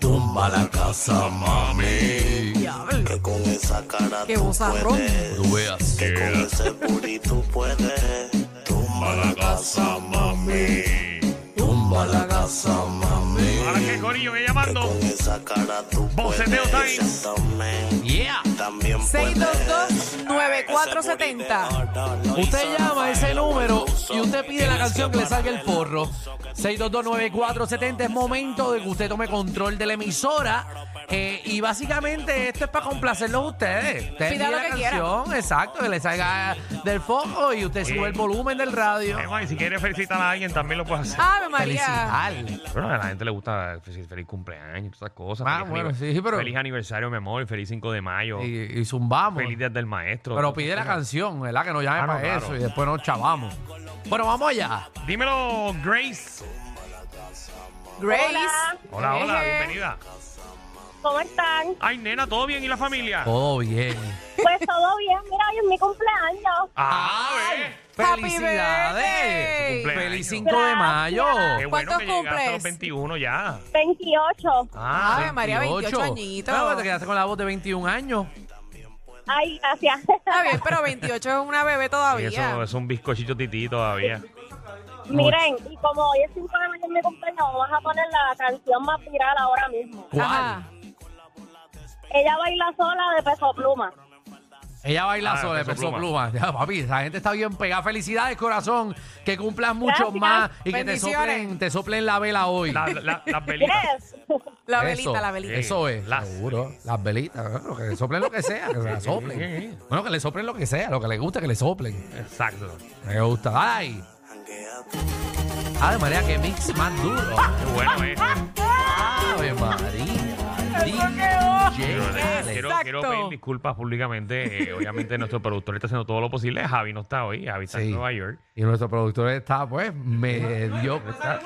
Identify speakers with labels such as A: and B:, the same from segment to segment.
A: Tumba la casa, mami. Que con esa cara tú puedes. Que con ese booty tú puedes. Tumba la casa, mami. Tumba la casa, mami.
B: ¿para qué corillo que
A: Que
B: llamando?
A: con esa cara tú
B: Boceteo
A: puedes.
B: time.
A: También,
B: Yeah.
A: también puedes.
C: 622-9470.
D: Usted llama a ese número y usted pide la canción que le salga el forro. 6229470 es momento de que usted tome control de la emisora. eh, y básicamente esto es para complacerlos a ustedes. Usted
C: Pida lo
D: la
C: que quiera.
D: canción, exacto, que le salga del foco y usted sube el volumen del radio.
B: Emma, y si quieres felicitar a alguien, también lo puedes hacer.
C: Ave María.
D: Felicitar.
E: Bueno, a la gente le gusta feliz, feliz cumpleaños, todas esas cosas.
D: Ah,
E: Feliz
D: bueno,
E: aniver-
D: sí, pero-
E: Feliz aniversario, mi amor. Feliz 5 de mayo.
D: Y, y zumbamos.
E: Feliz día del maestro.
D: Pero pide la canción, ¿verdad? Que nos llame
E: Ah, no,
D: para
E: claro.
D: eso y después nos chavamos. Bueno, vamos allá.
B: Dímelo, Grace.
C: Grace.
B: Hola, hola,
C: Eje.
B: bienvenida.
F: ¿Cómo están?
B: Ay, nena, ¿todo bien y la familia?
D: Todo bien.
F: Pues todo bien, mira, hoy es mi cumpleaños.
B: Ah, ¿ves?
C: Happy
D: ¡Felicidades!
C: birthday.
D: ¡Feliz
B: Cumpleaños.
D: 5 de mayo!
B: Qué bueno
C: ¿Cuántos
B: que llegaste a los
C: cumples?
B: 21 ya.
F: 28.
D: Ah,
C: Ave María, 28 añitos.
D: Claro, te quedaste con la voz de 21 años.
F: Ay, gracias.
C: Está bien, pero 28 es una bebé
E: Y eso
C: todavía.
E: es un bizcochito tití todavía.
F: Miren, y como hoy es 5 de mayo es mi cumpleaños, vamos a poner la canción más viral ahora mismo.
D: ¿Cuál?
C: Ajá.
F: Ella baila sola de peso pluma.
D: Ella baila
E: Ah,
D: sola, de
E: Peso
D: peso
E: Pluma.
D: pluma. Ya, papi, esa gente está bien pegada. Felicidades, corazón. Que cumplas mucho
F: Gracias.
D: más y que te
C: Bendiciones.
D: soplen, te soplen la vela hoy.
B: La- la- las velitas.
F: Yes.
C: La
D: Eso,
C: velita, la velita.
D: Eso es.
B: Las
D: Seguro. Las velitas. ¿no? Que le soplen lo que sea, que se la soplen. Bueno, que le soplen lo que sea, lo que le gusta, que le soplen.
B: Exacto.
D: Me gusta. ¡Ay! ¡Ay, María, qué mix más duro!
B: Qué bueno, eh.
D: ¡Ave María!
C: Eso
B: Quiero,
D: DJ Alex.
B: eh, quiero,
C: Exacto.
B: quiero pedir disculpas públicamente. eh, obviamente nuestro productor está haciendo todo lo posible. Javi no está hoy. Javi está
D: Sí.
B: en Nueva York.
D: Y nuestro productor está, pues, medio.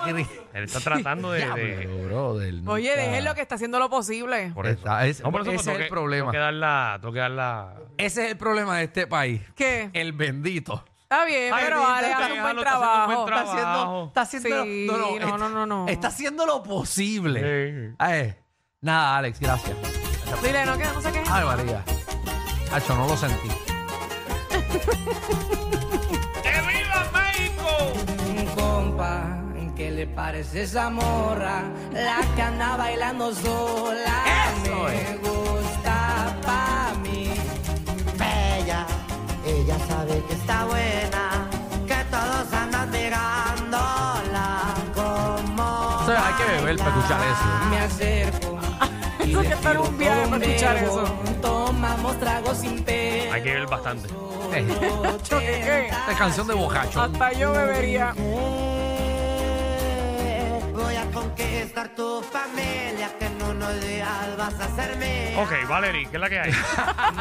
B: Él está tratando de- de,
D: Diablo, brother,
C: Oye,
D: nunca.
C: déjenlo que está haciendo lo posible.
B: Por
D: Está-
B: eso. pues,
D: es- ese
B: tengo
D: es el
B: que-
D: problema.
B: Tengo que dar la. Tengo que dar la.
D: Ese es el problema de este país.
C: ¿Qué?
D: El bendito.
C: Está bien,
B: Ay,
C: pero
B: bendito,
C: Ale
B: está
C: hace un buen
B: Carlos, está haciendo un buen
C: trabajo.
B: trabajo.
D: Está haciendo. Está haciendo.
C: Sí, no,
D: está-
C: no, no, no.
D: Está haciendo lo posible.
B: Eh,
D: Ay, nada, Alex, gracias.
C: Dile, no, que no sé qué.
D: Ay, María. Hacho, no lo sentí.
B: ¡Que viva México!
G: un compa que le parece esa morra, la que anda bailando sola.
D: Eso
G: me gusta pa' mí. Bella, ella sabe que está buena, que todos andan mirándola como.
D: O sea, hay que beber para escuchar eso.
G: Me acerco. y
C: Eso
G: le
C: que está en
G: pido
C: un viaje para escuchar
G: bebo.
C: eso.
G: Tomamos tragos sin pedo.
B: Hay que ver bastante.
D: Eh,
C: Yo, ¿qué, qué?
D: Esta es canción de bocacho.
C: Hasta yo bebería.
G: Voy a conquistar tu familia, que en unos días vas a hacerme.
B: Ok, Valerie, ¿qué es la que hay?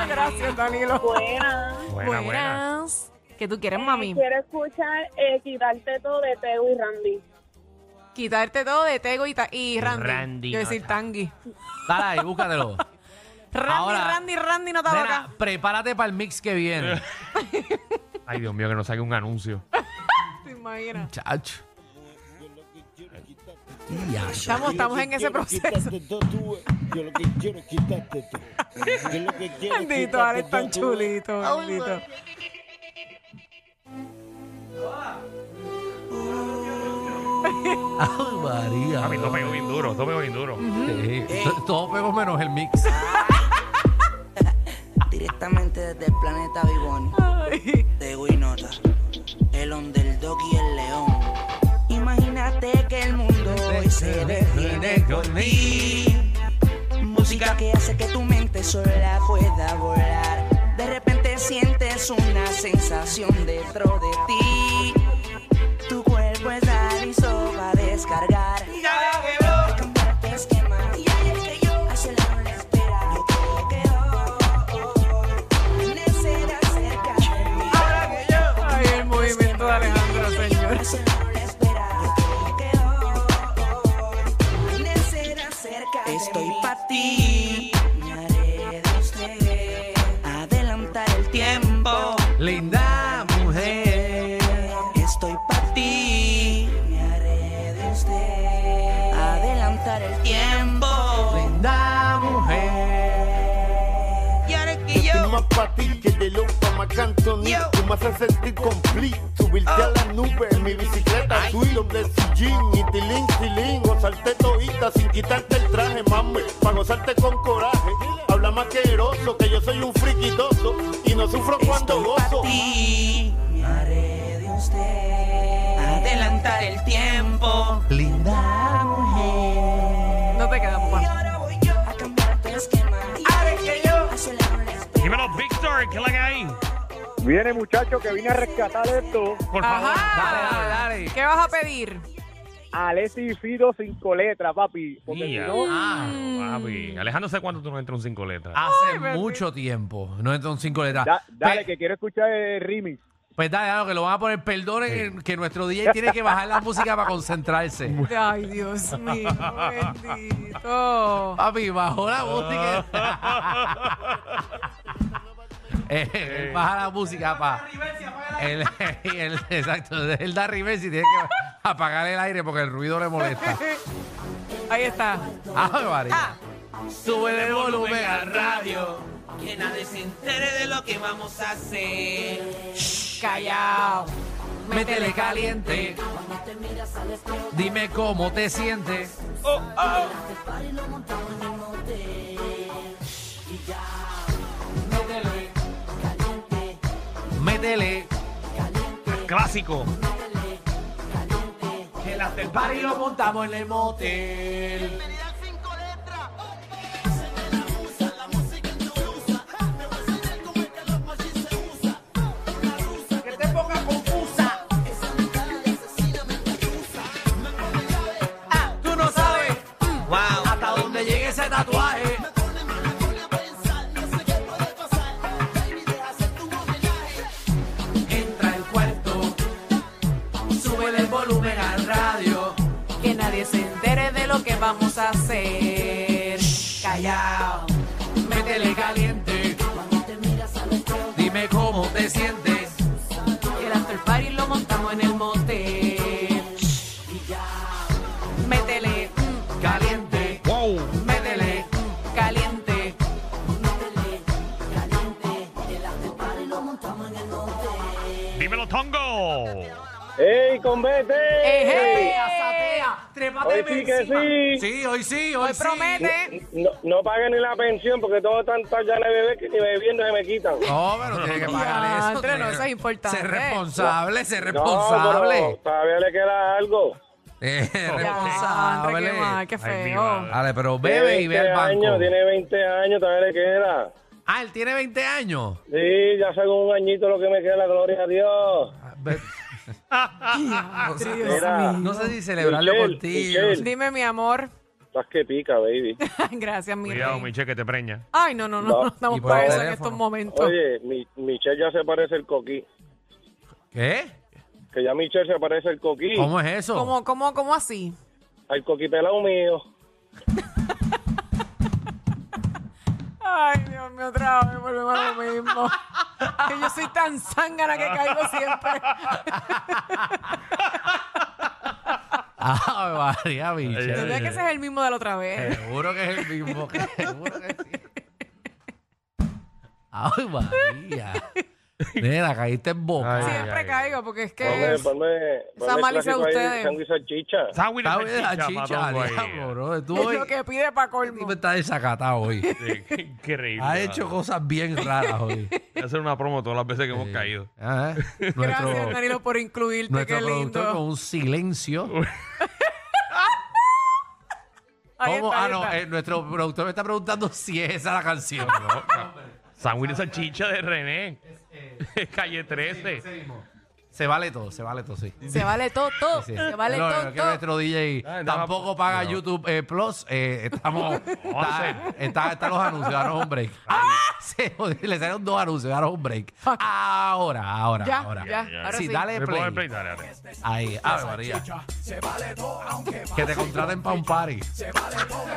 C: Gracias, Danilo.
F: Buena.
B: buena, buena.
C: Buenas. ¿Qué tú quieres, mami?
F: Quiero escuchar eh, Quitarte todo de Teo y Randy.
C: Quitarte todo de Tego y, ta- y Randy.
B: Randy,
C: Yo
B: no
C: decir
B: ta-
C: Tangi.
D: Dale ahí, búscatelo.
C: Randy,
D: Ahora-
C: Randy, Randy, no te
D: Nena,
C: toca.
D: prepárate para el mix que
H: Eh.
D: viene.
B: Ay, Dios mío, que nos saque un anuncio.
C: Te imaginas.
D: Chacho. Ya.
C: Estamos, estamos en ese proceso. Bendito, ahora es tan chulito, bendito.
D: Ay, María.
B: Papi, esto pegó bien duro, esto pegó bien duro.
D: Sí,
H: Eh.
D: to- Todo pegó menos el mix.
G: Directamente desde el planeta Vivoni,
C: Ay,
G: de Winota, el underdog y el león. Imagínate que el mundo se detiene con mí. Música que hace que tu mente sola pueda volar. De repente sientes una sensación dentro de ti. Tu cuerpo es liso va a descargar. Para cambiar tu esquema. Hacia el lado la espera. Yo creo que hoy amanecerá cerca de mí.
C: Ay, el movimiento de Alejandro, señor.
G: Hacia el lado la espera. Yo creo que hoy amanecerá cerca de mí. Estoy para ti. Me haré de usted. Adelantar el tiempo.
D: Linda mujer.
G: Estoy para ti. Me haré de usted. Adelantar el tiempo.
D: Linda mujer.
G: Y ahora que
A: Estoy
G: yo.
A: más pa' ti que de loca, más cantoni.
G: Yo.
A: Tú me haces sentir complete. Subirte a la nube en mi bicicleta. Soy doble sillín y tilín, tilín. Gozarte todita sin quitarte el traje, mami. Pa' gozarte con coraje. Habla más que eroso, que yo soy un friquitoso. Y no sufro cuando
G: Estoy para
A: gozo.
G: ti. Me haré de usted. Adelantar el tiempo.
D: Linda mujer.
C: No te queda,
G: Y
C: papá.
G: ahora voy yo a cambiar tu esquema. Ahora que yo. Hacia el lado la espera.
E: Dímelo, Víctor, ¿qué es la que hay?
H: Viene muchacho que vine a rescatar esto.
E: Por favor.
D: Dale,
C: Ajá.
D: dale, dale.
C: Ah, ¿Qué vas a pedir?
H: Alessi y Fido cinco letras, papi. Porque si
E: Mía.
H: no,
E: Ah, papi. Alejandro, ¿sé cuánto tú no entras un cinco letras?
D: Hace
C: bendito.
D: mucho tiempo. No entra un cinco letras.
H: da- dale,
D: Pe-
H: que quiero escuchar eh, el remix.
D: Pues dale, dale, que lo van a poner. Perdonen que nuestro DJ tiene que bajar la música para concentrarse.
C: Ay, Dios mío, bendito.
D: Papi, bajó la música. Eh, baja la música, pa. Él, él- exacto, él da reverse y tiene que apagar el aire porque el ruido le molesta.
C: Ahí está.
D: Ave María. Sube el volumen al radio.
G: Que nadie se entere de lo que vamos a hacer.
C: Callao.
D: Métele caliente. Dime cómo te sientes.
G: Oh,
D: Métele.
E: Clásico.
D: Que las del party lo montamos en el motel. Que te ponga confusa. Ah, Tú no sabes hasta dónde llegue ese tatuaje. Entra al cuarto, sube el volumen al radio.
C: Que nadie se entere de lo que vamos a hacer.
D: Callao, métele caliente. Dime cómo te sientes.
C: El after party lo montamos en el motel. Métele, mm,
D: Caliente,
E: Wow.
D: métele.
C: mm, caliente.
E: Dímelo, Tongo.
H: ¡Ey, convete!
C: ¡Ejé!
D: Trépate
H: Hoy sí que
D: encima.
H: sí.
D: Sí, hoy sí, hoy,
C: Hoy
D: sí.
C: promete.
H: No, no paguen ni la pensión porque todos están tan ya de bebé que ni bebiendo se me quitan.
D: No, pero tiene que pagar eso.
C: Diantre, no,
D: tiene-
C: eso es importante.
D: Ser responsable, ser
H: No, pero
D: responsable.
H: todavía le queda algo.
D: Eh,
C: Ya, qué mal,
D: responsable.
C: qué
E: Ay, mi
C: feo.
E: madre.
D: Dale, pero bebe y ve
H: Tiene
D: al
H: 20
D: banco.
H: años, tiene 20 años, todavía le queda.
D: Ah, él tiene 20 años.
H: Sí, ya salgo un añito lo que me queda, gloria a Dios.
D: No sé-
C: Dios
H: Mira.
C: mío.
D: No sé si celebrarlo
H: Michelle,
D: contigo.
H: Michelle.
C: Dime, mi amor.
H: Estás que pica, baby.
C: Gracias, mi
E: Cuidado,
C: rey.
E: Miche, que te preña.
C: Ay, no, no, no, no
H: No.
C: estamos
D: Y por
C: para
D: el
C: eso en
D: teléfono.
C: estos momentos.
H: Oye, mi, Michelle ya se parece al coquí.
D: ¿Qué?
H: Que ya Michelle se parece al coquí.
D: ¿Cómo es eso?
C: ¿Cómo, cómo, cómo así?
H: Al coquí pelado mío.
C: Ay, Dios mío, otra vez volvemos a lo mismo. Que yo soy tan zángana que caigo siempre.
D: Ah, María
E: Ay,
C: Yo
E: ay.
D: Michelle.
C: creo que ese es el mismo de la otra vez.
D: Seguro que es el mismo. que- Seguro que sí. Ay, María. Nena, caíste en boca.
E: Ay,
C: Siempre
E: ay, ay.
C: caligo porque es que
H: Ponme, ponme,
C: Esa
H: ponme
C: malicia de
H: clásico ahí,
C: ustedes.
H: sándwich salchicha.
E: Sawi
D: Está bien la chicha, diablo,
E: ahí.
D: bro. Tú
C: es
D: hoy
C: lo que pide para
D: tú
C: colmo.
D: me estás desacatado hoy.
E: Sí, qué Increíble.
D: Ha
E: mano.
D: hecho cosas bien raras hoy.
E: Voy a hacer una promo todas las veces que hemos caído.
D: Ah, ¿eh?
C: Gracias,
D: Nuestro,
C: Danilo, por incluirte.
D: nuestro
C: Qué
D: productor con
C: lindo.
D: un silencio.
C: Ahí
D: ¿Cómo?
C: está, ahí
D: ah, no,
C: está.
D: eh, nuestro productor me está preguntando si es esa la canción.
E: Sándwich de salchicha de René. Calle 13.
D: Eh, se vale todo, se vale todo, sí.
C: Se vale todo, todo.
D: Sí, sí.
C: Se vale
D: No, no,
C: todo,
D: que
C: todo.
D: nuestro DJ
E: Ah, no,
D: tampoco paga
E: no.
D: YouTube eh, Plus. eh, estamos. está,
E: once.
D: está- están los anuncios, danos un break. Se jodió, le salieron dos anuncios, danos un break.
C: Fuck.
D: Ahora, ahora,
C: Ya,
D: ahora.
C: ya, ahora
D: sí,
C: sí.
D: dale
E: ¿Me puedo
D: play.
E: dar play? Dale, dale.
D: Ahí, Ave María. Que te contraten para un party.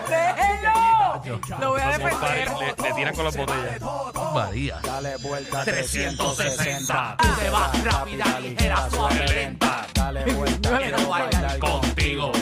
C: ¡Déjelo! Lo voy a
E: Compadre,
C: defender.
E: le, le tiran con las botellas.
D: Ave María.
A: Dale vuelta
D: 360. Tú te vas rápida, ligera, suave, lenta.
A: Dale vuelta.
C: Dale,
A: quiero
C: dale.
A: bailar
D: Contigo.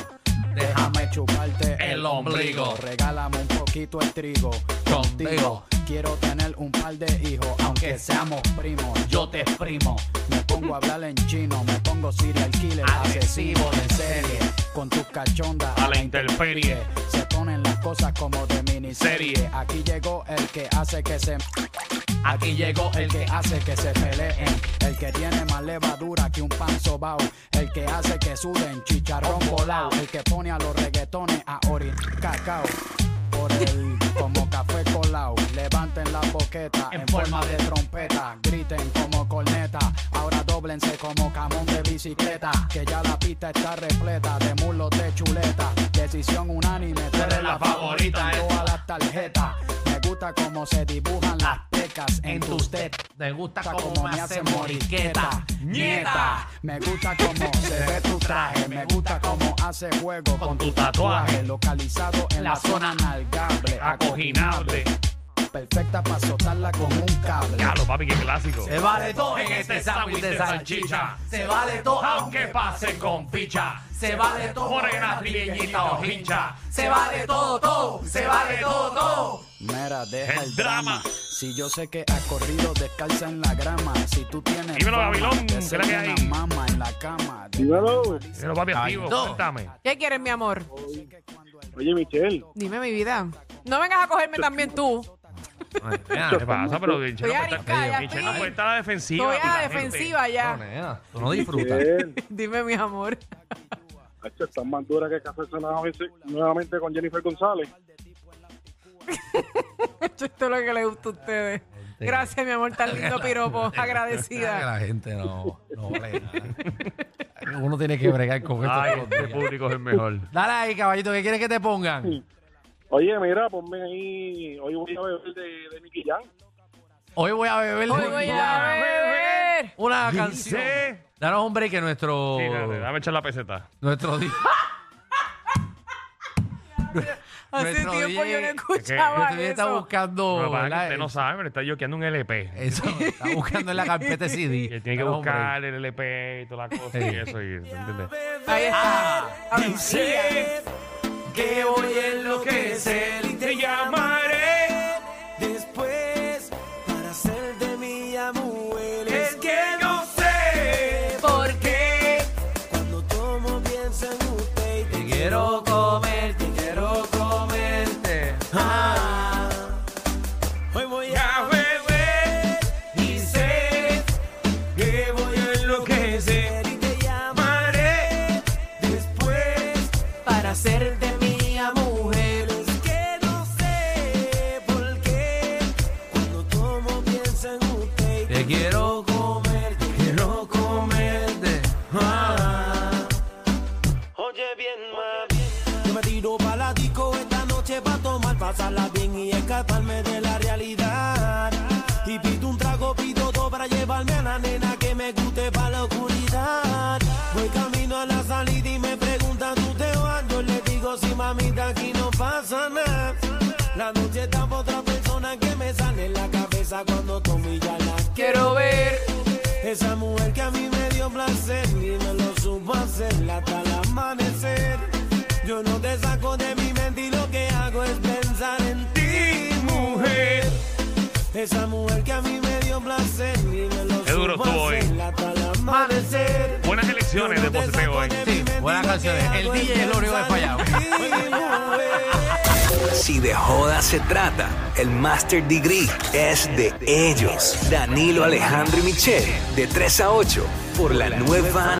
A: Déjame chuparte
D: El ombligo.
A: Regálame un poquito el trigo.
D: Contigo.
A: Quiero tener un par de hijos, aunque seamos primos.
D: Yo te exprimo.
A: Me pongo a hablar en chino, me pongo serial killer,
D: Agresivo
A: agresivo de serie. Con tus cachondas
E: A la intemperie.
A: Se ponen las cosas como de miniserie.
E: Serie.
A: Aquí llegó el que hace que se
D: Aquí llegó
A: el que hace que se peleen, el que tiene más levadura que un pan sobao, el que hace que suden chicharrón volado, el que pone a los reggaetones a orinar cacao por el como café colao, levanten la boqueta en forma de trompeta, griten como corneta, ahora doblense como camón de bicicleta, que ya la pista está repleta de mulos de chuleta, decisión unánime, tú eres la favorita eh. en todas las tarjetas, me gusta cómo se dibujan las pecas en tus tetas.
D: Me gusta
A: Me gusta como me hace moriqueta, nieta. Me gusta como se ve tu traje, me gusta como hace juego con tu tatuaje, localizado en la zona nalgable,
E: Acoginable.
A: perfecta para soltarla con un cable.
E: Claro, papi, qué clásico.
D: Se vale todo en este sándwich de salchicha. Se vale todo aunque pase con ficha. Se vale todo morena, ribeñita o hincha. Se vale todo, todo. Se vale todo, todo.
A: Mera, deja
E: El
A: el drama.
E: drama.
A: Si yo sé que has corrido descalza en la grama, si tú tienes
E: Dímelo,
A: fama
E: Gabilón,
A: de
E: ¿qué
A: ser
E: la que
A: una
E: hay?
A: mama en la cama. de-
H: Dímelo.
E: Pero papi, activo,
D: no.
E: cuéntame.
C: ¿Qué quieres, mi amor?
H: Oye, Michelle.
C: Dime mi vida. No vengas a cogerme también tú.
E: ¿Qué pasa? Pero Michelle
C: Estoy
E: no
C: arisca,
E: puede
C: ya
E: estar- Michelle no
C: estoy-
E: puede estar a la defensiva.
C: Estoy
E: con
C: a la
E: gente.
C: defensiva ya.
D: nena, tú no disfrutas.
H: Michelle.
C: Dime, mi amor.
H: Hacho, están más duras que Café Sonado ese- nuevamente con Jennifer González.
C: Esto es lo que le gusta a ustedes. Gracias, mi amor. Tan lindo piropo. Agradecida.
D: la gente no, no vale nada. Uno tiene que bregar con esto
E: Ay,
D: todos los
E: este
D: días.
E: público es el mejor.
D: Dale ahí, caballito, ¿qué quieres que te pongan?
H: Oye, mira, ponme ahí. Hoy voy a beber de, de Nicky Jam.
D: Hoy voy a beber
C: Hoy voy a beber.
D: una
E: Dice-
D: canción. Danos un break que nuestro...
E: Sí, dale, dame echar la peseta.
D: Nuestro día.
C: Hace
D: Nuestro
C: tiempo yo no
D: DJ
C: escuchaba
D: Nuestro día está
C: Ah, eso.
D: buscando.
E: Pero para que
D: ¿verdad?
E: usted no sabe, pero está yoqueando un LP.
D: Eso, está buscando en la carpeta CD.
E: Y él tiene que
D: Pero, hombre,
E: buscar el LP y toda la cosa y
D: Sí.
E: eso. Y, ¿me entiendes?
C: Ahí está. A ver, María.
D: que voy en lo que es el te llamaré.
I: Después, para ser de mi abuelo,
D: Es que no sé por qué.
I: cuando tomo pienso en usted.
D: Te quiero comer, te quiero comerte. Ah,
I: Hoy voy a
D: Ya bebé, y sé que voy a enloquecer.
I: ver y te llamo
D: Amaré
I: después.
D: para ser de mía mujer.
I: Pero es que no sé por qué, cuando tomo pienso en usted.
D: Te quiero comer, te quiero comerte.
I: Oye bien, ma. Yo me tiro pa' la disco esta noche pa' tomar, pasarla bien y escaparme de la realidad. Y pido un trago, pido dos para llevarme a la nena que me guste pa' la oscuridad. Voy camino a la salida y me preguntan, ¿tú te vas? Yo le digo, sí, mamita, aquí no pasa nada. La noche está pa' otra persona que me sale en la cabeza cuando tomo y ya la
C: Quiero ver.
I: esa mujer que a mí me dio placer ni me lo supo hacer hasta el amanecer. Yo no te saco de mi mente y lo que hago es pensar en ti, mujer. Esa mujer que a mí me dio placer ni me lo
E: Qué duro
I: supo
E: estuvo hoy.
I: hacer hasta el amanecer.
E: Buenas elecciones de
I: Yo no te
E: positeo
I: saco
E: hoy.
I: de mi
D: Sí,
I: mente y
D: buenas
I: lo que
D: canciones. El
I: hago es
D: DJ es el único que ha
I: pensar en
D: fallado.
I: ti, mujer.
J: Si de joda se trata, el Master Degree es de ellos. Danilo Alejandro y Michelle, de 3 a 8, por la nueva